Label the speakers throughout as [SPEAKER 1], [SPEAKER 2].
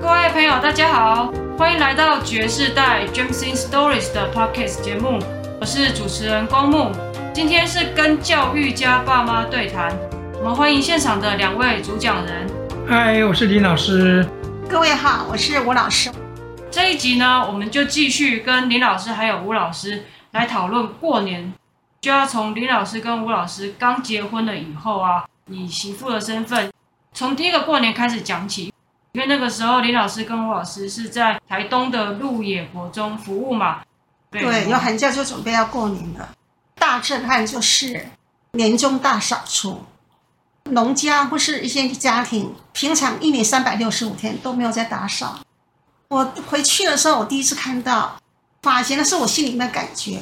[SPEAKER 1] 各位朋友，大家好，欢迎来到爵士代 Dreams in Stories 的 Podcast 节目，我是主持人光木。今天是跟教育家爸妈对谈，我们欢迎现场的两位主讲人。
[SPEAKER 2] 哎嗨，我是林老师。
[SPEAKER 3] 各位好，我是吴老师。
[SPEAKER 1] 这一集呢，我们就继续跟林老师还有吴老师来讨论过年，就要从林老师跟吴老师刚结婚了以后啊，以媳妇的身份，从第一个过年开始讲起。因为那个时候林老师跟吴老师是在台东的鹿野国中服务嘛，
[SPEAKER 3] 对，有寒假就准备要过年了。大震撼就是年终大扫除，农家或是一些家庭，平常一年三百六十五天都没有在打扫。我回去的时候，我第一次看到发型，那是我心里面的感觉。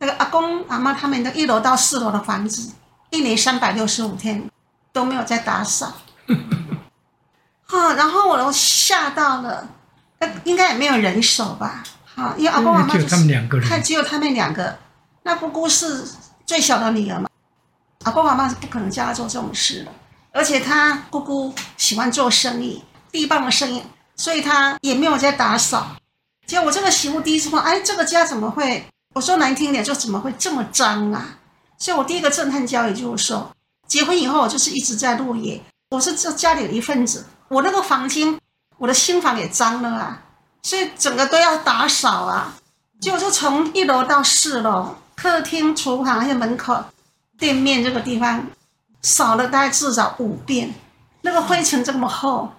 [SPEAKER 3] 那个阿公阿妈他们的一楼到四楼的房子，一年三百六十五天都没有在打扫。 啊、然后我都吓到了，那应该也没有人手吧？好、因为阿公阿妈
[SPEAKER 2] 哎就嗯他们两个人
[SPEAKER 3] 他只有他们两个，那姑姑是最小的女儿嘛，阿公阿妈是不可能叫她做这种事的，而且她姑姑喜欢做生意，地磅的生意，所以她也没有在打扫。结果我这个媳妇第一次说，哎，这个家怎么会？我说难听点，就怎么会这么脏啊？所以我第一个震撼教育就是说，结婚以后我就是一直在露野，我是这家里的一份子，我那个房间，我的新房也脏了啊，所以整个都要打扫啊。结果就从一楼到四楼，客厅、厨房还有门口、店面这个地方，扫了大概至少五遍，那个灰尘这么厚，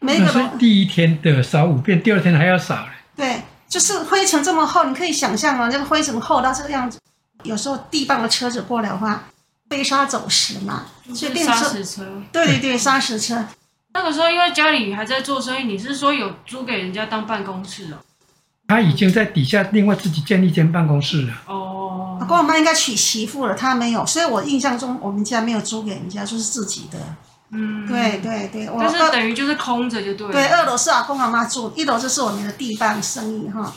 [SPEAKER 3] 每一
[SPEAKER 2] 那
[SPEAKER 3] 个
[SPEAKER 2] 是
[SPEAKER 3] 都
[SPEAKER 2] 第一天的扫五遍，第二天还要扫嘞。
[SPEAKER 3] 对，就是灰尘这么厚，你可以想象啊，这个灰尘厚到这个样子。有时候地磅的车子过来的话，飞沙走石嘛，所以变
[SPEAKER 1] 砂
[SPEAKER 3] 成
[SPEAKER 1] 石车。
[SPEAKER 3] 对对对，砂石车。
[SPEAKER 1] 那个时候因为家里还在做生意，你是说有租给人家当办公室哦？
[SPEAKER 2] 他已经在底下另外自己建立一间办公室了。
[SPEAKER 3] 阿
[SPEAKER 1] 哦，
[SPEAKER 3] 公阿妈应该娶媳妇了，她没有，所以我印象中我们家没有租给人家，就是自己的。
[SPEAKER 1] 嗯，
[SPEAKER 3] 对对对，我
[SPEAKER 1] 但是
[SPEAKER 3] 二
[SPEAKER 1] 等于就是空着就对了。
[SPEAKER 3] 对二楼是阿公阿妈住，一楼就是我们的地磅生意哈。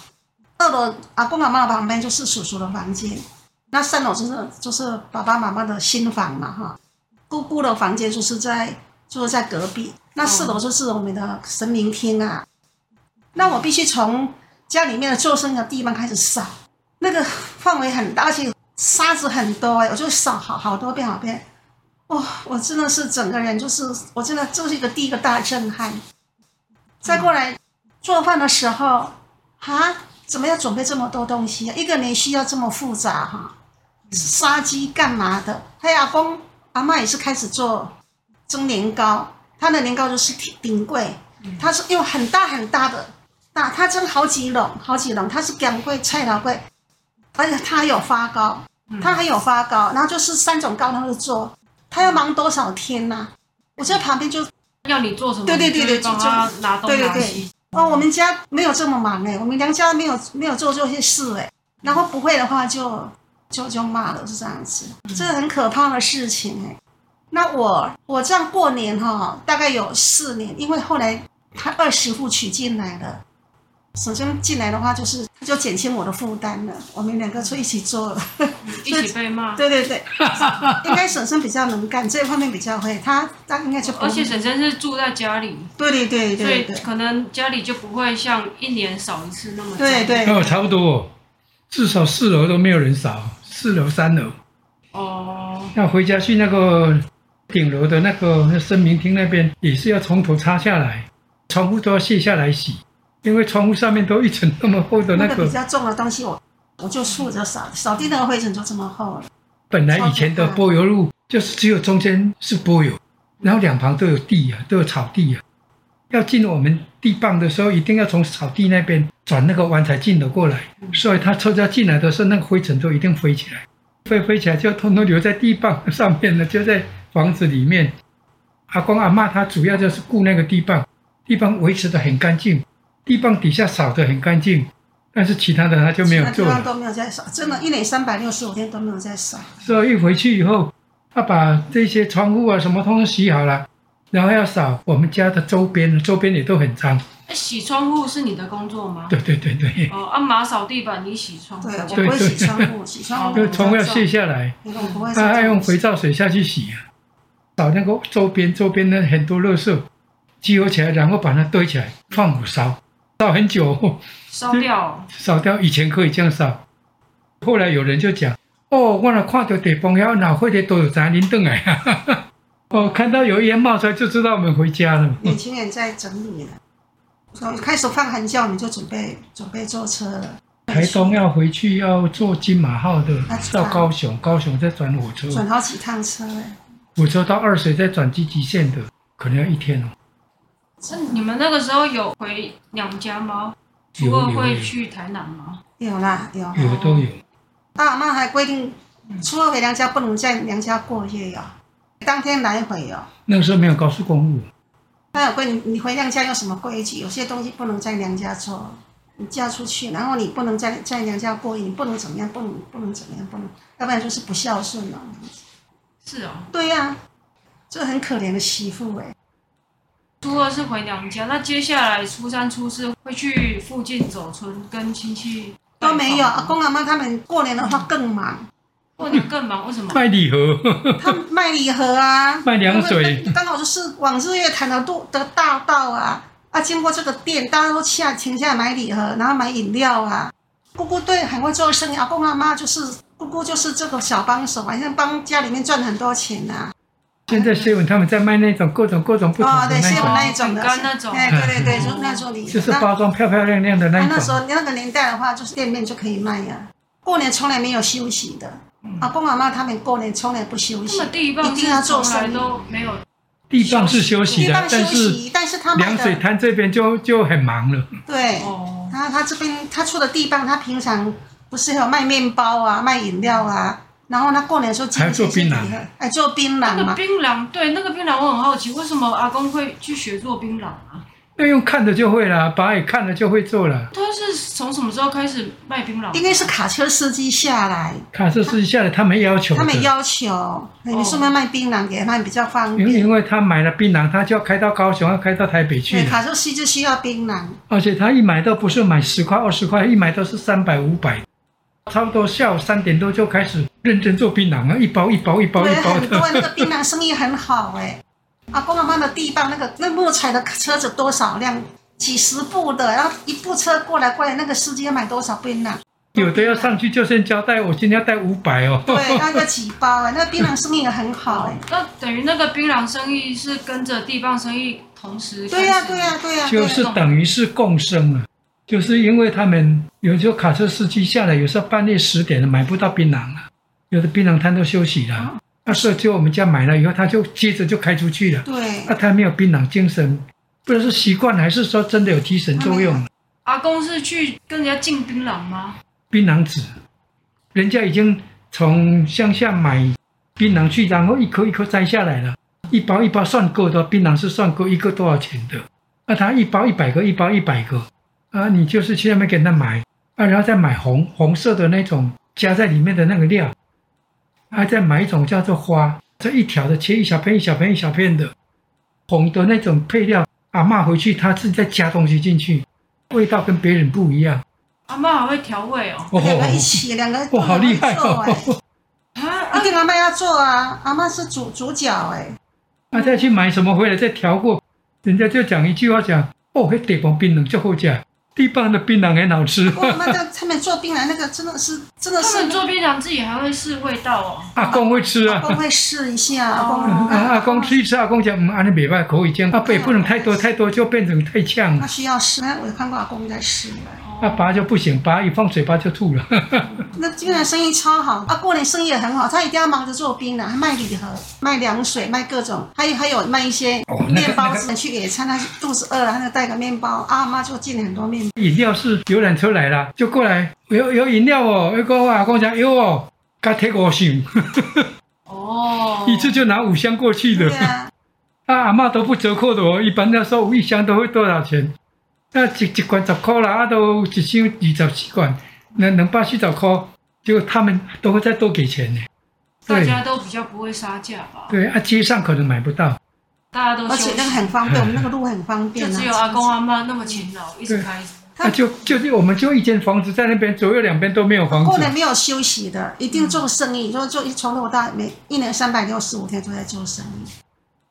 [SPEAKER 3] 二楼阿公阿妈的旁边就是叔叔的房间，那三楼就是就是爸爸妈妈的新房嘛哈。姑姑的房间就是在就是在隔壁，那四楼就是我们的神明厅啊。那我必须从家里面的做生意的地方开始扫，那个范围很大，而且沙子很多哎、我就扫好好多遍好多遍。哇、我真的是整个人就是，我真的这是一个第一个大震撼。再过来做饭的时候，啊，怎么要准备这么多东西啊？一个年需要这么复杂哈、杀鸡干嘛的？还有阿公阿妈也是开始做蒸年糕，他的年糕就是挺顶贵，他是用很大很大的，大他蒸好几笼好几笼，他是干贵菜头贵，而且他还有发糕，他还有发糕，然后就是三种糕他都做，他要忙多少天呐、我在旁边就
[SPEAKER 1] 要你做什么，
[SPEAKER 3] 对对对对
[SPEAKER 1] 你就会帮他
[SPEAKER 3] 就
[SPEAKER 1] 拿东
[SPEAKER 3] 对对
[SPEAKER 1] 拿
[SPEAKER 3] 对
[SPEAKER 1] 西。
[SPEAKER 3] 哦，我们家没有这么忙哎、我们娘家没有没有做这些事哎、然后不会的话就就就骂了，是这样子，
[SPEAKER 1] 嗯
[SPEAKER 3] 这很可怕的事情哎、那我我这样过年哈、大概有四年，因为后来他二媳妇娶进来了，首先进来的话就是就减轻我的负担了，我们两个就一起做 了。
[SPEAKER 1] 一起被骂。
[SPEAKER 3] 对对对，应该婶婶比较能干，这方面比较会，她她应该就不
[SPEAKER 1] 而且婶婶是住在家里，
[SPEAKER 3] 对对对
[SPEAKER 1] 哦所以
[SPEAKER 3] 对对
[SPEAKER 1] 可能家里就不会像一年扫一次那么脏
[SPEAKER 3] 对对
[SPEAKER 2] 哦，差不多、至少四楼都没有人扫，四楼、三楼。
[SPEAKER 1] 哦，
[SPEAKER 2] 那回家去那个顶楼的那个那声明厅那边，也是要从头擦下来，窗户都要卸下来洗，因为窗户上面都一层那么厚的那
[SPEAKER 3] 那个
[SPEAKER 2] 个
[SPEAKER 3] 比，较重的东西我，我就负责扫扫地，那个灰尘就这么厚了。
[SPEAKER 2] 本来以前的柏油路就是只有中间是柏油，然后两旁都有地啊，都有草地啊。要进我们地磅的时候，一定要从草地那边转那个弯才进得过来。所以他车家进来的时候，那个灰尘都一定飞起来，飞飞起来就通通留在地磅上面了，就在房子里面。阿公阿妈他主要就是顾那个地磅，地磅维持的很干净，地磅底下扫的很干净，但是其他的他就没有
[SPEAKER 3] 那地
[SPEAKER 2] 做了
[SPEAKER 3] 方。都没有在扫，真的，一年三百六十五天都没有在扫。
[SPEAKER 2] 所以一回去以后，他把这些窗户啊什么通通洗好了，然后要扫我们家的周边，周边也都很脏。
[SPEAKER 1] 哎洗窗户是你的工作吗？
[SPEAKER 2] 对对对对，
[SPEAKER 1] 哦，按马扫地板，你洗窗户
[SPEAKER 3] 对，我。
[SPEAKER 2] 对
[SPEAKER 3] 不会洗窗户，洗窗户
[SPEAKER 2] 这
[SPEAKER 3] 我
[SPEAKER 2] 个
[SPEAKER 3] 比较
[SPEAKER 2] 窗户要
[SPEAKER 3] 重
[SPEAKER 2] 卸，下来，
[SPEAKER 3] 我不会扫
[SPEAKER 2] 他还用
[SPEAKER 3] 窗户
[SPEAKER 2] 肥皂水下去洗啊。找那个周边周边的很多垃圾集合起来，然后把它堆起来放火烧，烧很久 哦，
[SPEAKER 1] 烧掉，
[SPEAKER 2] 烧掉以前可以这样烧，后来有人就讲，哦，我若看到地崩遐哪会的都有杂林顿来 啊，哦，看到有烟冒出来就知道我们回家了。
[SPEAKER 3] 年轻人在整理了，从开始放寒假，我们就准备准备坐车了。
[SPEAKER 2] 台东要回去要坐金马号的
[SPEAKER 3] 那啊是
[SPEAKER 2] 到
[SPEAKER 3] 吧
[SPEAKER 2] 高雄，高雄再转火车，
[SPEAKER 3] 转好几趟车哎，
[SPEAKER 2] 火车到二水再转积极线的，可能要一天哦。
[SPEAKER 1] 那你们那个时候有回娘家吗？初二
[SPEAKER 2] 有有
[SPEAKER 1] 会
[SPEAKER 2] 有
[SPEAKER 1] 去台南吗？
[SPEAKER 3] 有啦有。
[SPEAKER 2] 有都有，
[SPEAKER 3] 爸妈还规定，初二回娘家不能在娘家过夜哟、当天来回哦。
[SPEAKER 2] 那个时候没有高速公路，
[SPEAKER 3] 他有规定，你回娘家有什么规矩？有些东西不能在娘家做，你嫁出去，然后你不能在在娘家过夜，你不能怎么样，不能不能怎么样，不能，要不然就是不孝顺了、
[SPEAKER 1] 是哦，
[SPEAKER 3] 对呀、这很可怜的媳妇哎、
[SPEAKER 1] 初二是回娘家，那接下来初三、初四会去附近走村跟亲戚拜
[SPEAKER 3] 都
[SPEAKER 1] 访
[SPEAKER 3] 没有。阿
[SPEAKER 1] 吗
[SPEAKER 3] 公阿妈他们过年的话更忙，
[SPEAKER 1] 过年更忙，为什么？
[SPEAKER 2] 卖礼盒，
[SPEAKER 3] 他们卖礼盒啊，
[SPEAKER 2] 卖凉水，
[SPEAKER 3] 刚好就是往日月潭的路的大道啊，啊，经过这个店，大家都下停下来买礼盒，然后买饮料啊。姑姑对很会做生意，阿公阿妈就是姑姑就是这个小帮手啊，像帮家里面赚很多钱啊呐、
[SPEAKER 2] 现在谢文他们在卖那种各种各种不同
[SPEAKER 3] 啊。
[SPEAKER 2] 的
[SPEAKER 3] 哦，对，
[SPEAKER 2] 那
[SPEAKER 3] 是有
[SPEAKER 2] 种，
[SPEAKER 3] 那一种的，
[SPEAKER 1] 饼干那种
[SPEAKER 3] 哎，对对对，就那种礼盒。
[SPEAKER 2] 就是
[SPEAKER 3] 那
[SPEAKER 2] 包装漂漂亮亮的那
[SPEAKER 3] 啊
[SPEAKER 2] 一
[SPEAKER 3] 那时
[SPEAKER 2] 种。
[SPEAKER 3] 候那个年代的话，就是店面就可以卖呀、过年从来没有休息的，
[SPEAKER 2] 嗯
[SPEAKER 3] 阿公阿妈他们过年从来不休
[SPEAKER 1] 他
[SPEAKER 3] 息。
[SPEAKER 1] 们地磅
[SPEAKER 3] 一定要
[SPEAKER 1] 是
[SPEAKER 3] 做
[SPEAKER 1] 从来
[SPEAKER 3] 生意
[SPEAKER 1] 都没有，
[SPEAKER 2] 地磅是休息
[SPEAKER 3] 地
[SPEAKER 2] 的
[SPEAKER 3] 方，休
[SPEAKER 2] 但是
[SPEAKER 3] 息，但是他卖
[SPEAKER 2] 凉水
[SPEAKER 3] 的
[SPEAKER 2] 滩这边就就很忙了。
[SPEAKER 3] 对。
[SPEAKER 1] 哦，
[SPEAKER 3] 他他这边他出的地方，他平常不是有卖面包啊、卖饮料啊，然后他过年的时候进一些
[SPEAKER 2] 还做槟榔
[SPEAKER 3] 礼盒，哎，做槟
[SPEAKER 1] 那
[SPEAKER 3] 榔
[SPEAKER 1] 个
[SPEAKER 3] 嘛，
[SPEAKER 1] 槟榔，对那个槟榔，我很好奇，为什么阿公会去学做槟榔啊？
[SPEAKER 2] 那用看的就会了，把也看了就会做了。
[SPEAKER 1] 他是从什么时候开始卖槟榔？
[SPEAKER 3] 应该是卡车司机下来，
[SPEAKER 2] 卡车司机下来，他们要求的
[SPEAKER 3] 他，们要求
[SPEAKER 1] 哦
[SPEAKER 3] 哎你顺便卖槟榔给他们比较方
[SPEAKER 2] 因
[SPEAKER 3] 便。
[SPEAKER 2] 因为他买了槟榔，他就要开到高雄，要开到台北去
[SPEAKER 3] 对，
[SPEAKER 2] 了。
[SPEAKER 3] 卡车司机就需要槟榔，
[SPEAKER 2] 而且他一买都不是买十块二十块，一买都是三百五百，差不多下午三点多就开始认真做槟榔了，一包一包一包一
[SPEAKER 3] 对，
[SPEAKER 2] 包
[SPEAKER 3] 很多那
[SPEAKER 2] 的。
[SPEAKER 3] 个槟榔生意很好哎、阿公阿妈的地方那个那木材的车子多少辆，几十部的，然后一部车过来过来，那个司机要买多少槟榔？
[SPEAKER 2] 有的要上去就先交代，我今天要带五百哦。
[SPEAKER 3] 对，那个几包哎、那槟榔生意也很好哎、
[SPEAKER 1] 那等于那个槟榔生意是跟着地磅生意同时开始
[SPEAKER 3] 对呀、对呀、对呀、对
[SPEAKER 2] 就
[SPEAKER 3] 呀
[SPEAKER 2] 是等于是共生了，就是因为他们有时候卡车司机下来，有时候半夜十点了买不到槟榔了，有的槟榔摊都休息
[SPEAKER 3] 哦
[SPEAKER 2] 了。那时候就我们家买了以后，他就接着就开出去了。
[SPEAKER 3] 对
[SPEAKER 2] 那他没有槟榔精神，不知道是习惯还是说真的有提神作用。
[SPEAKER 1] 阿公是去跟人家进槟榔吗？
[SPEAKER 2] 槟榔籽，人家已经从乡下买槟榔去，然后一颗一颗摘下来了，一包一包算够的，槟榔是算够一个多少钱的？那、他一包一百个，一包一百个，啊，你就是去那边给他买，啊，然后再买红红色的那种加在里面的那个料，还、再买一种叫做花，这一条的切一小片一小片一小片的，红的那种配料，阿妈回去她自己再加东西进去，味道跟别人不一样。
[SPEAKER 1] 阿妈还会调味哦。
[SPEAKER 2] 哦
[SPEAKER 3] 两个一起，两个
[SPEAKER 2] 哇，好厉害
[SPEAKER 3] 做 哎、
[SPEAKER 2] 哦！
[SPEAKER 1] 啊，啊
[SPEAKER 3] 一定阿妈要做啊，阿妈是主主角哎、
[SPEAKER 2] 啊，再去买什么回来再调过，人家就讲一句话讲，哦，那地方槟榔就好吃，地方的槟榔很好 吃。
[SPEAKER 3] 我哦妈在他们做槟榔那个真的是真的
[SPEAKER 1] 他
[SPEAKER 3] 是
[SPEAKER 1] 们做槟榔自己还会试味道哦。
[SPEAKER 2] 阿公会吃
[SPEAKER 3] 阿
[SPEAKER 2] 啊，
[SPEAKER 3] 公会试一下，阿公
[SPEAKER 2] 啊
[SPEAKER 1] 哦
[SPEAKER 2] 阿公吃一吃，阿公讲，嗯，安尼袂歹，可以这样。阿伯不能太多，太多就变成太呛
[SPEAKER 3] 他
[SPEAKER 2] 了，
[SPEAKER 3] 需要试，哎那我有看过阿公在试哎
[SPEAKER 2] 阿拔就不行，拔一放嘴巴就吐了。
[SPEAKER 3] 那槟榔生意超好，啊，过年生意也很好，他一定要忙着做槟榔，还卖礼盒、卖凉水、卖各种，还有还有卖一些
[SPEAKER 2] 哦那个
[SPEAKER 3] 面包，子去野餐，他肚子饿了，他就带个面包，啊阿妈就进很多面包。
[SPEAKER 2] 饮料是游览车来了，就过来，有有饮料哦。那个阿公讲有哦，他提五箱，
[SPEAKER 1] 哦，
[SPEAKER 2] 一次就拿五箱过去的
[SPEAKER 3] 对。啊，
[SPEAKER 2] 啊，阿嬷都不折扣的哦，一般那时候一箱都会多少钱？那一一罐十块啦，啊都一箱二十四罐，两两百四十块，结果他们都会再多给钱呢。
[SPEAKER 1] 大
[SPEAKER 2] 对
[SPEAKER 1] 家都比较不会杀价吧？
[SPEAKER 2] 对啊，街上可能买不到，
[SPEAKER 1] 大家都
[SPEAKER 3] 而
[SPEAKER 1] 休
[SPEAKER 3] 且
[SPEAKER 1] 息
[SPEAKER 3] 那个很方便，我们那个路很方
[SPEAKER 1] 就
[SPEAKER 3] 便啊。嗯
[SPEAKER 1] 只有阿公阿妈那么勤劳，一直开。
[SPEAKER 2] 啊就就是我们就一间房子在那边，左右两边都没有房
[SPEAKER 3] 过
[SPEAKER 2] 子
[SPEAKER 3] 年，没有休息的，一定做生意，就做一从头到尾，每一年三百六十五天都在做生意。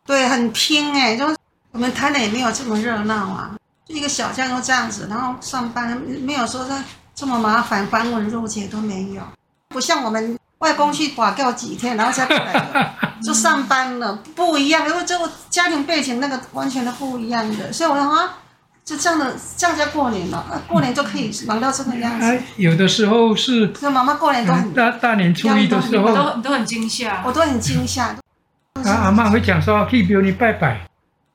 [SPEAKER 3] 对，很拼哎、就是我们台南也没有这么热闹啊，就一个小家就这样子，然后上班没有说这这么麻烦，繁文缛节都没有，不像我们外公去寡掉几天，然后才回来就上班了，不一样，因为这个家庭背景那个完全都不一样的，所以我说啊，就这样的这样才过年了，啊过年就可以忙到这个
[SPEAKER 2] 啊
[SPEAKER 3] 样子，，
[SPEAKER 2] 有的时候是啊
[SPEAKER 3] 所以妈妈过年都很，
[SPEAKER 2] 大大年初一的时
[SPEAKER 1] 我
[SPEAKER 2] 候，
[SPEAKER 1] 都你都很惊吓
[SPEAKER 3] 我。都很惊吓，
[SPEAKER 2] 啊，阿妈会讲说去庙里拜拜，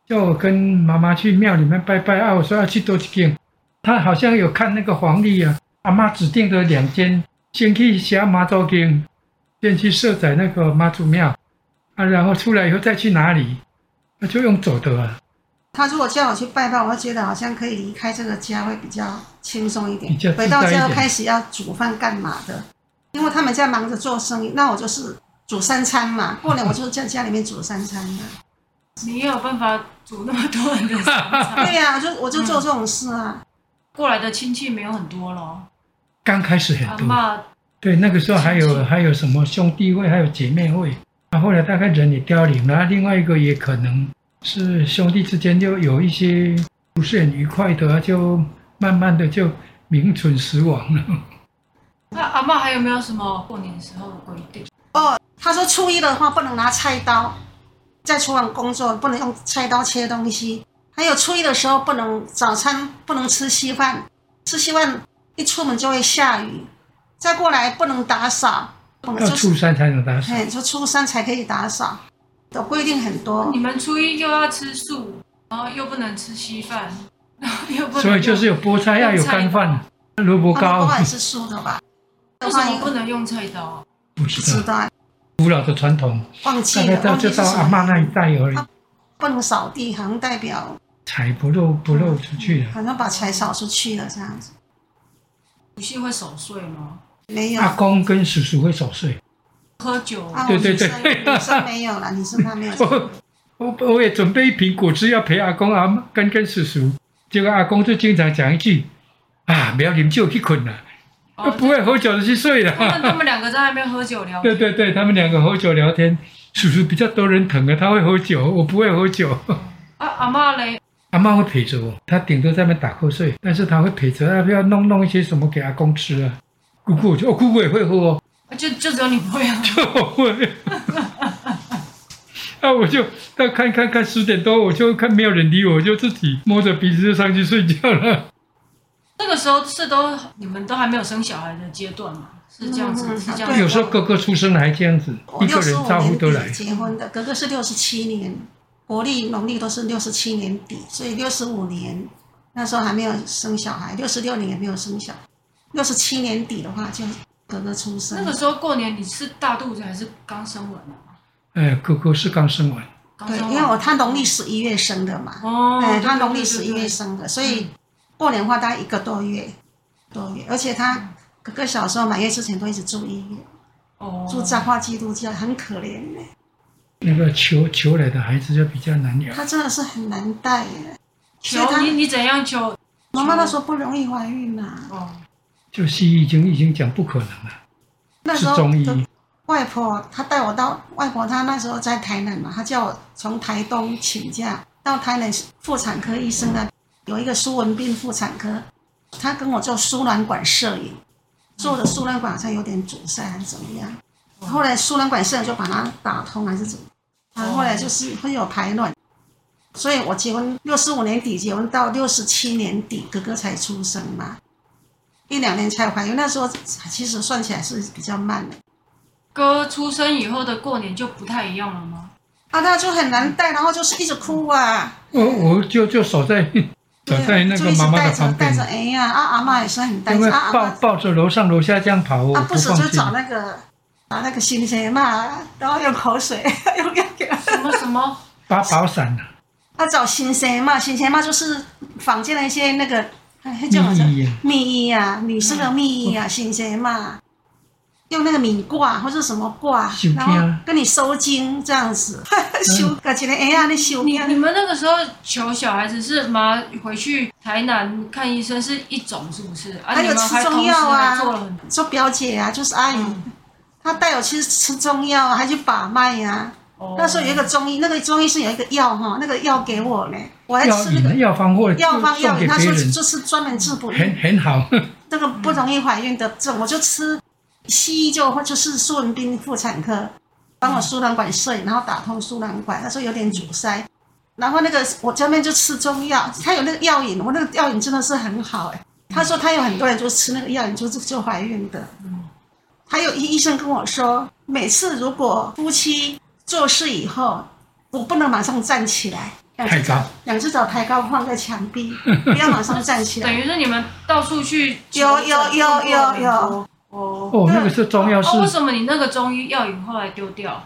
[SPEAKER 2] 叫我跟妈妈去庙里面拜拜啊。我说要去多几间，她好像有看那个黄历啊，阿妈指定的两间，先去霞妈祖间，先去设在那个妈祖庙啊，然后出来以后再去哪里，那、就用走的啊，
[SPEAKER 3] 他如果叫我去拜拜，我会觉得好像可以离开这个家会比较轻松一
[SPEAKER 2] 比较自
[SPEAKER 3] 点。
[SPEAKER 2] 在
[SPEAKER 3] 回
[SPEAKER 2] 一
[SPEAKER 3] 到
[SPEAKER 2] 点
[SPEAKER 3] 家开始要煮饭干嘛的，因为他们在忙着做生意，那我就是煮三餐嘛。过年我就是在家里面煮三餐嘛。
[SPEAKER 1] 你也有办法煮那么多人的三餐？
[SPEAKER 2] 啊
[SPEAKER 3] 对呀、我就我就做这种事啊。
[SPEAKER 1] 过来的亲戚没有很多咯，
[SPEAKER 2] 刚开始很
[SPEAKER 1] 阿
[SPEAKER 2] 多，
[SPEAKER 1] 嬷
[SPEAKER 2] 对，那个时候还
[SPEAKER 1] 亲戚
[SPEAKER 2] 有还有什么兄弟会，还有姐妹会，啊，后来大概人也凋零了，另外一个也可能是兄弟之间就有一些不是很愉快的啊，就慢慢的就名存实亡了。
[SPEAKER 1] 那阿嬷还有没有什么过年时候的规定？
[SPEAKER 3] 哦，他说初一的话不能拿菜刀，在厨房工作不能用菜刀切东西。还有初一的时候不能早餐不能吃稀饭，吃稀饭一出门就会下雨。再过来不能打扫，不能
[SPEAKER 2] 到
[SPEAKER 3] 哦就是
[SPEAKER 2] 初三才能打扫，
[SPEAKER 3] 哎，就初三才可以打扫，的规定很多
[SPEAKER 1] 你。们初一又要吃素，然后又不能吃稀饭，然后又不能用，
[SPEAKER 2] 所以就是有菠菜要有干饭，萝卜
[SPEAKER 3] 他们
[SPEAKER 2] 糕
[SPEAKER 3] 不，管是素的吧？
[SPEAKER 1] 为什么不能用菜刀啊？
[SPEAKER 2] 不
[SPEAKER 3] 不
[SPEAKER 2] 知
[SPEAKER 3] 知
[SPEAKER 2] 道
[SPEAKER 3] 道，
[SPEAKER 2] 古老的传统，
[SPEAKER 3] 忘
[SPEAKER 2] 大
[SPEAKER 3] 记
[SPEAKER 2] 概
[SPEAKER 3] 了，
[SPEAKER 2] 到
[SPEAKER 3] 忘
[SPEAKER 2] 就
[SPEAKER 3] 哦记是
[SPEAKER 2] 到
[SPEAKER 3] 什
[SPEAKER 2] 阿妈那一
[SPEAKER 3] 么。
[SPEAKER 2] 代而已，
[SPEAKER 3] 不能扫地，好像代表
[SPEAKER 2] 财不漏不漏出去了。
[SPEAKER 3] 好像把财扫出去了这样子。
[SPEAKER 1] 除夕会守岁吗？
[SPEAKER 3] 没有，
[SPEAKER 2] 阿公跟叔叔会守岁，
[SPEAKER 1] 喝酒？
[SPEAKER 3] 啊，
[SPEAKER 2] 对对对
[SPEAKER 3] 我女生女生没有了，女生她没有。
[SPEAKER 2] 我我我也准备一瓶果汁要陪阿公阿妈跟跟叔叔，结果阿公就经常讲一句：“啊，不要饮酒去困了，啊
[SPEAKER 1] 哦
[SPEAKER 2] 不会喝酒的去睡
[SPEAKER 1] 他们
[SPEAKER 2] 了。
[SPEAKER 1] 他 们两个在那边喝酒”聊天，
[SPEAKER 2] 对对对，他们两个喝酒聊天，叔叔比较多人疼啊，他会喝酒，我不会喝酒。
[SPEAKER 1] 啊阿嬷嘞，
[SPEAKER 2] 阿妈会陪着我，她顶多在那边打瞌睡，但是她会陪着，要不要弄弄一些什么给阿公吃啊？姑姑，我就哦，姑姑也会喝哦，
[SPEAKER 1] 就就只有你不会喝。
[SPEAKER 2] 我会。那 我就到看看看十点多，我就看没有人理我，我就自己摸着鼻子就上去睡觉了。
[SPEAKER 1] 那个时候是都你们都还没有生小孩的阶段嘛？是这样子，
[SPEAKER 3] 嗯嗯
[SPEAKER 1] 是这样
[SPEAKER 3] 对
[SPEAKER 1] 子。
[SPEAKER 2] 有时候哥哥出生了还这样子，
[SPEAKER 3] 哦我
[SPEAKER 2] 一
[SPEAKER 3] 六
[SPEAKER 2] 个
[SPEAKER 3] 十
[SPEAKER 2] 人
[SPEAKER 3] 五
[SPEAKER 2] 照顾都来
[SPEAKER 3] 年底。结婚的，哥哥是六十七年，国历农历都是六十七年底，所以六十五年那时候还没有生小孩，六十六年也没有生小孩，六十七年底的话就哥哥出生。
[SPEAKER 1] 那个时候过年你是大肚子还是刚生完啊？
[SPEAKER 2] 哎，哥哥是刚生完，
[SPEAKER 1] 刚
[SPEAKER 3] 对，
[SPEAKER 1] 生完。
[SPEAKER 3] 因为我他农历十一月生的嘛，
[SPEAKER 1] 哦，
[SPEAKER 3] 哎，
[SPEAKER 1] 对
[SPEAKER 3] 他农历
[SPEAKER 1] 对对
[SPEAKER 3] 十
[SPEAKER 1] 对嗯
[SPEAKER 3] 一月生的，所以过年的话大概一个多月，多月，而且他哥哥小时候满月之前都一直住医院，
[SPEAKER 1] 哦，
[SPEAKER 3] 住彰化基督教，很可怜的，
[SPEAKER 2] 那个求求来的孩子就比较难养。
[SPEAKER 3] 他真的是很难带耶。所以
[SPEAKER 1] 求你
[SPEAKER 3] 他
[SPEAKER 1] 你怎样求？
[SPEAKER 3] 妈妈那时候不容易怀孕呐、啊
[SPEAKER 1] 哦，
[SPEAKER 2] 就西医已经已经讲不可能了，
[SPEAKER 3] 那
[SPEAKER 2] 是
[SPEAKER 3] 时候
[SPEAKER 2] 中医。
[SPEAKER 3] 外婆她带我到外婆，她那时候在台南嘛，她叫我从台东请假到台南妇产科医生那，有一个苏文斌妇产科，他跟我做输卵管摄影，做的输卵管好像有点阻塞还是怎么样，后来输卵管摄影就把它打通还是怎么，然后后来就是会有排卵，所以我结婚六十五年底结婚到六十七年底哥哥才出生嘛，一两年才怀孕，那时候其实算起来是比较慢的。
[SPEAKER 1] 哥出生以后的过年就不太一样了 吗？
[SPEAKER 3] 啊，那就很难带，然后就是一直哭啊，
[SPEAKER 2] 我我就就守在守在那
[SPEAKER 3] 就
[SPEAKER 2] 个
[SPEAKER 3] 一直
[SPEAKER 2] 妈妈
[SPEAKER 3] 带
[SPEAKER 2] 的
[SPEAKER 3] 着
[SPEAKER 2] 旁
[SPEAKER 3] 带
[SPEAKER 2] 边
[SPEAKER 3] 着，，哎呀，啊阿妈也是很担
[SPEAKER 2] 因为
[SPEAKER 3] 心，啊阿
[SPEAKER 2] 抱
[SPEAKER 3] 妈
[SPEAKER 2] 抱着楼上楼下这样跑，我
[SPEAKER 3] 啊不
[SPEAKER 2] 不
[SPEAKER 3] 时
[SPEAKER 2] 放
[SPEAKER 3] 就
[SPEAKER 2] 心
[SPEAKER 3] 找。那个把那个新鲜嘛，然后用口水用药给他，
[SPEAKER 1] 什么什么？
[SPEAKER 2] 把把伞啊，
[SPEAKER 3] 啊找新鲜嘛，新鲜嘛就是坊间的一些那个，哎，那叫什
[SPEAKER 2] 蜜
[SPEAKER 3] 么？
[SPEAKER 2] 衣啊，
[SPEAKER 3] 蜜衣啊，女生的蜜衣啊，新鲜嘛，用那个米挂或者什么挂
[SPEAKER 2] 收，
[SPEAKER 3] 然后
[SPEAKER 2] 惊
[SPEAKER 3] 跟你收经这样子， 修
[SPEAKER 2] 嗯
[SPEAKER 3] 搞起来，哎呀，你修
[SPEAKER 1] 你
[SPEAKER 3] 经
[SPEAKER 1] 你们那个时候求小孩子是妈回去台南看医生是一种是不是？啊，
[SPEAKER 3] 还
[SPEAKER 1] 你
[SPEAKER 3] 有
[SPEAKER 1] 们
[SPEAKER 3] 吃
[SPEAKER 1] 还
[SPEAKER 3] 中
[SPEAKER 1] 同时
[SPEAKER 3] 药
[SPEAKER 1] 还
[SPEAKER 3] 啊
[SPEAKER 1] 做了很，
[SPEAKER 3] 做表姐啊，就是阿姨，
[SPEAKER 1] 嗯
[SPEAKER 3] 她带我去吃中药啊，还去把脉呀、
[SPEAKER 1] 哦
[SPEAKER 3] 那时候有一个中医，那个中医是有一个药哈，那个药给我呢，我还
[SPEAKER 2] 药
[SPEAKER 3] 吃那
[SPEAKER 2] 引、
[SPEAKER 3] 个
[SPEAKER 2] 药方或者
[SPEAKER 3] 药方
[SPEAKER 2] 送
[SPEAKER 3] 药
[SPEAKER 2] 给
[SPEAKER 3] 引，他
[SPEAKER 2] 别
[SPEAKER 3] 说
[SPEAKER 2] 人，
[SPEAKER 3] 就是哦专门治不
[SPEAKER 2] 很很好。
[SPEAKER 3] 那个不容易怀孕的症，我就吃西医就就是苏文斌妇产科帮我输卵管摄影，然后打通输卵管，他说有点阻塞，然后那个我家面就吃中药，他有那个药引，我那个药引真的是很好哎、他说他有很多人就吃那个药引就就怀孕的，还有医医生跟我说，每次如果夫妻做事以后，我不能马上站起来，两只
[SPEAKER 2] 太高
[SPEAKER 3] 两只脚抬高放在墙壁，不要马上站起来
[SPEAKER 1] 哦等。 于是你们到处去
[SPEAKER 3] 有有有有有
[SPEAKER 1] 哦
[SPEAKER 2] 哦，那个是中药
[SPEAKER 1] 哦，为
[SPEAKER 2] 是
[SPEAKER 1] 什么你那个中医药引后来丢掉？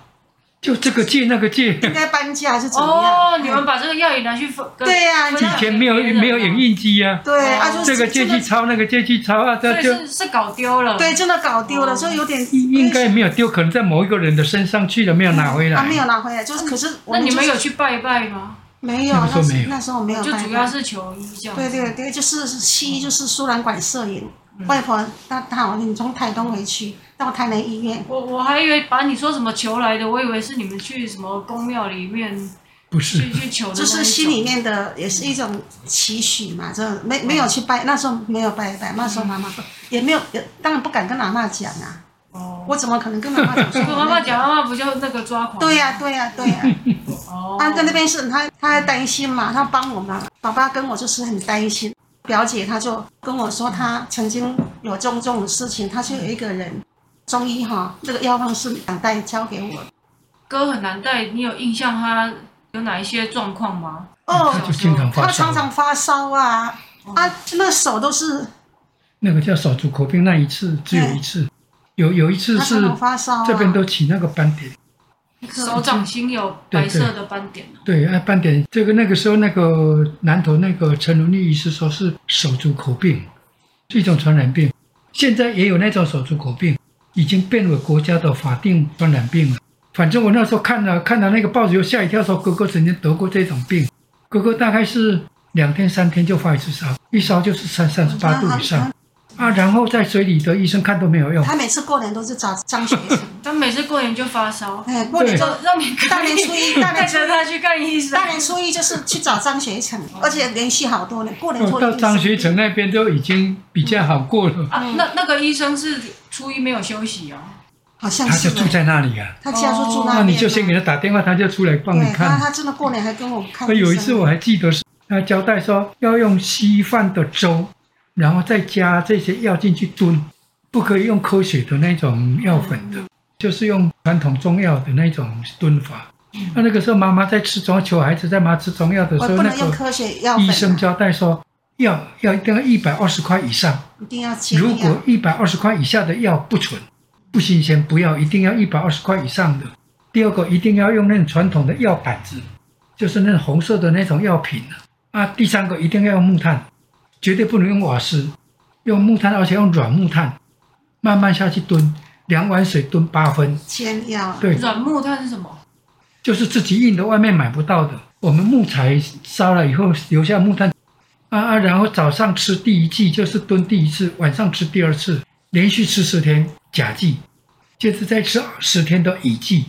[SPEAKER 2] 就这个戒那个戒，
[SPEAKER 3] 应该搬家还是怎么样？
[SPEAKER 1] 哦，你们把这个药引拿去分，跟
[SPEAKER 3] 对呀、
[SPEAKER 1] 分
[SPEAKER 3] 你
[SPEAKER 1] 享哦
[SPEAKER 2] 以前没有
[SPEAKER 1] 给别人
[SPEAKER 2] 没有影印机啊，
[SPEAKER 3] 对啊，就是
[SPEAKER 2] 这个戒
[SPEAKER 3] 真
[SPEAKER 2] 去
[SPEAKER 3] 的
[SPEAKER 2] 抄，那个戒去抄啊，
[SPEAKER 1] 所
[SPEAKER 2] 这
[SPEAKER 1] 以
[SPEAKER 2] 就是
[SPEAKER 1] 是搞丢了。
[SPEAKER 3] 对，真的搞丢了，
[SPEAKER 1] 哦
[SPEAKER 3] 所以有点
[SPEAKER 2] 应该没有丢，可能在某一个人的身上去了，没有拿回来。
[SPEAKER 3] 啊，没有拿回来，就是可是我
[SPEAKER 1] 那你
[SPEAKER 3] 就
[SPEAKER 1] 们
[SPEAKER 3] 是
[SPEAKER 1] 有去拜拜吗？
[SPEAKER 3] 没有？
[SPEAKER 2] 那个时候
[SPEAKER 3] 时
[SPEAKER 2] 没有
[SPEAKER 3] 那时候没有
[SPEAKER 1] 就
[SPEAKER 3] 搬家，
[SPEAKER 1] 主要是求医这样。嗯
[SPEAKER 3] 对对对，就是西医就是输卵管摄影。外婆，她她好像从台东回去到台南医院，
[SPEAKER 1] 我我还以为把你说什么求来的，我以为是你们去什么宫庙里面
[SPEAKER 2] 不是
[SPEAKER 1] 去，去求的那一种，
[SPEAKER 3] 就是心里面的也是一种期许嘛，这没没有去拜，那时候没有拜拜，那时候妈妈也没有，也当然不敢跟阿妈讲啊，
[SPEAKER 1] 哦。
[SPEAKER 3] 我怎么可能跟阿妈讲说
[SPEAKER 1] 跟
[SPEAKER 3] 我那个？
[SPEAKER 1] 妈妈讲，妈妈不就那个抓狂？
[SPEAKER 3] 对呀、对呀、对呀、
[SPEAKER 1] 哦，
[SPEAKER 3] 啊，在那边是他，他还担心嘛，他帮我嘛。爸爸跟我就是很担心，表姐她就跟我说，她曾经有种种的事情，她就有一个人，中医哈，这个药方是两代交给我。
[SPEAKER 1] 歌很难带，你有印象他有哪一些状况吗？
[SPEAKER 2] 他
[SPEAKER 3] 哦，
[SPEAKER 2] 就经常发
[SPEAKER 3] 他
[SPEAKER 2] 烧
[SPEAKER 3] 常，常发烧啊，啊，那手都是，
[SPEAKER 2] 那个叫手足口病，那一次只有一次，有有一次
[SPEAKER 3] 他
[SPEAKER 2] 是
[SPEAKER 3] 常常发烧、啊。
[SPEAKER 2] 这边都起那个斑点，
[SPEAKER 1] 手掌心有白色的斑点哦
[SPEAKER 2] 对，啊斑点，这个那个时候那个南投那个陈伦丽医师说是手足口病，是一种传染病，现在也有那种手足口病，已经变为国家的法定传染病了。反正我那时候看了看了那个报纸，又吓一跳，说哥哥曾经得过这种病，哥哥大概是两天三天就发一次烧，一烧就是三三十八度以上啊，然后在水里的医生看都没有用。
[SPEAKER 3] 他每次过年都是找张学 成，
[SPEAKER 1] 他每次过年就发烧，
[SPEAKER 3] 哎，过年就
[SPEAKER 1] 让让你
[SPEAKER 3] 大年初 一，大
[SPEAKER 1] 带
[SPEAKER 3] 年初
[SPEAKER 1] 着
[SPEAKER 3] 一。
[SPEAKER 1] 他去看医生
[SPEAKER 3] 大。年初一就是去找张学成，而且连续好多年，过年初
[SPEAKER 2] 哦
[SPEAKER 3] 一
[SPEAKER 2] 到张学成那边都已经比较好过了，
[SPEAKER 1] 啊，那那个医生是初一没有休息哦，
[SPEAKER 3] 好像
[SPEAKER 2] 他
[SPEAKER 3] 是
[SPEAKER 2] 就住在那里啊。
[SPEAKER 3] 他家就住那边
[SPEAKER 2] 那
[SPEAKER 3] 嘛。
[SPEAKER 2] 你就先给他打电话，他就出来帮你
[SPEAKER 3] 对，他
[SPEAKER 2] 看。
[SPEAKER 3] 他真的过年还跟我看
[SPEAKER 2] 那
[SPEAKER 3] 医生。
[SPEAKER 2] 有一次我还记得是，他交代说要用稀饭的粥，然后再加这些药进去炖，不可以用科学的那种药粉
[SPEAKER 3] 嗯
[SPEAKER 2] 的，就是用传统中药的那种炖法。那那个时候妈妈在吃中求孩子在妈妈吃中药的时
[SPEAKER 3] 嗯我
[SPEAKER 2] 候，
[SPEAKER 3] 不
[SPEAKER 2] 那
[SPEAKER 3] 能用
[SPEAKER 2] 个
[SPEAKER 3] 科学药粉、啊，
[SPEAKER 2] 医生交代说药要一定要一百二十块以上。
[SPEAKER 3] 一定要清
[SPEAKER 2] 如
[SPEAKER 3] 药
[SPEAKER 2] 果。一百二十块以下的药不纯、不新鲜，不要，一定要一百二十块以上的。第二个，一定要用那种传统的药板子，就是那种红色的那种药品啊。第三个，一定要用木炭，绝对不能用瓦斯，用木炭，而且用软木炭，慢慢下去炖，两碗水炖八分。
[SPEAKER 3] 煎药，
[SPEAKER 2] 对，
[SPEAKER 1] 软木炭是什么？
[SPEAKER 2] 就是自己印的，外面买不到的。我们木材烧了以后留下木炭，啊啊，然后早上吃第一剂就是蹲第一次，晚上吃第二次，连续吃十天甲剂，接着再吃十天的乙剂，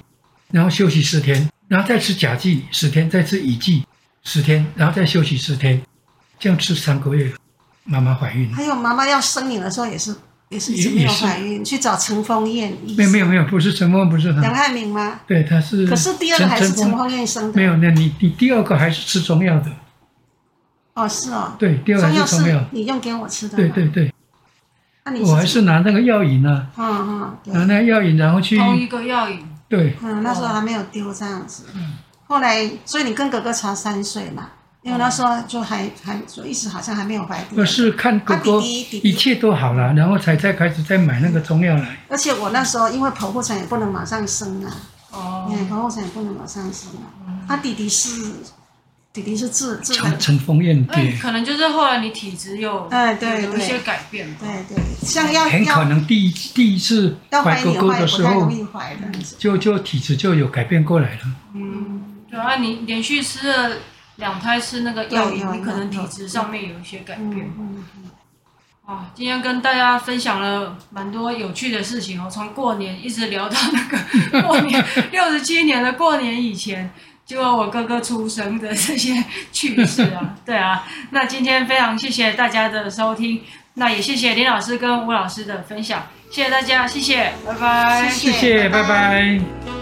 [SPEAKER 2] 然后休息十天，然后再吃甲剂十天，再吃乙剂十天，然后再休息十天，这样吃三个月，妈妈怀孕了。
[SPEAKER 3] 还有妈妈要生你的时候也是也是
[SPEAKER 2] 也
[SPEAKER 3] 没有
[SPEAKER 2] 也是
[SPEAKER 3] 怀孕，去找陈丰燕医
[SPEAKER 2] 没有
[SPEAKER 3] 生，
[SPEAKER 2] 没有没有，不是陈峰，不是
[SPEAKER 3] 杨
[SPEAKER 2] 他，
[SPEAKER 3] 汉明吗？
[SPEAKER 2] 对，他是。
[SPEAKER 3] 可是第二个还是陈
[SPEAKER 2] 陈峰
[SPEAKER 3] 丰燕生
[SPEAKER 2] 没
[SPEAKER 3] 的，
[SPEAKER 2] 有，那你你第二个还是吃中药的，
[SPEAKER 3] 哦是哦，
[SPEAKER 2] 对，第二个
[SPEAKER 3] 中药
[SPEAKER 2] 还是中药
[SPEAKER 3] 是，你用给我吃的，
[SPEAKER 2] 对，对对。
[SPEAKER 3] 那你
[SPEAKER 2] 我还是拿那个药引啊，
[SPEAKER 3] 嗯嗯
[SPEAKER 2] 拿
[SPEAKER 3] 对，
[SPEAKER 2] 那个药引，然后去
[SPEAKER 3] 哦
[SPEAKER 1] 同一个药引，
[SPEAKER 2] 对
[SPEAKER 3] 嗯那时候还没有丢这样子，
[SPEAKER 2] 嗯
[SPEAKER 3] 后来所以你跟哥哥差三岁嘛，因为那时候就还还就一直好像还没有怀
[SPEAKER 2] 我
[SPEAKER 3] 孕，
[SPEAKER 2] 是看哥哥
[SPEAKER 3] 啊弟弟弟弟
[SPEAKER 2] 一切都好了，然后才再开始再买那个中药来。
[SPEAKER 3] 而且我那时候因为剖腹产也不能马上生啊。
[SPEAKER 1] 哦，
[SPEAKER 3] 嗯，剖腹产也不能马上生啊。他弟弟是弟弟是自自然
[SPEAKER 2] 陈，陈凤燕
[SPEAKER 1] 那
[SPEAKER 2] 对，
[SPEAKER 1] 可能就是后来你体质有
[SPEAKER 3] 哎对
[SPEAKER 1] 有一些改变吧。
[SPEAKER 3] 对对，像要
[SPEAKER 2] 很可
[SPEAKER 3] 要
[SPEAKER 2] 能第一第一次
[SPEAKER 3] 嗯要
[SPEAKER 2] 怀
[SPEAKER 3] 怀
[SPEAKER 2] 哥
[SPEAKER 3] 你
[SPEAKER 2] 哥
[SPEAKER 3] 怀
[SPEAKER 2] 的
[SPEAKER 3] 也
[SPEAKER 2] 时
[SPEAKER 3] 不太
[SPEAKER 2] 候
[SPEAKER 3] 容，易怀的。
[SPEAKER 2] 就就体质就有改变过来了。
[SPEAKER 1] 嗯，对啊，你连续吃了两胎吃那个药
[SPEAKER 3] 对
[SPEAKER 1] 引，
[SPEAKER 3] 有
[SPEAKER 1] 你可能
[SPEAKER 3] 有
[SPEAKER 1] 体质上面有一些改变。
[SPEAKER 3] 嗯嗯，
[SPEAKER 1] 哦啊，今天跟大家分享了蛮多有趣的事情哦，从过年一直聊到 那个过年六十七年的过年以前，结果我哥哥出生的这些趣事 啊，对啊，那今天非常谢谢大家的收听，那也谢谢林老师跟吴老师的分享，谢谢大家，谢谢，拜拜，
[SPEAKER 3] 谢
[SPEAKER 2] 谢谢，拜拜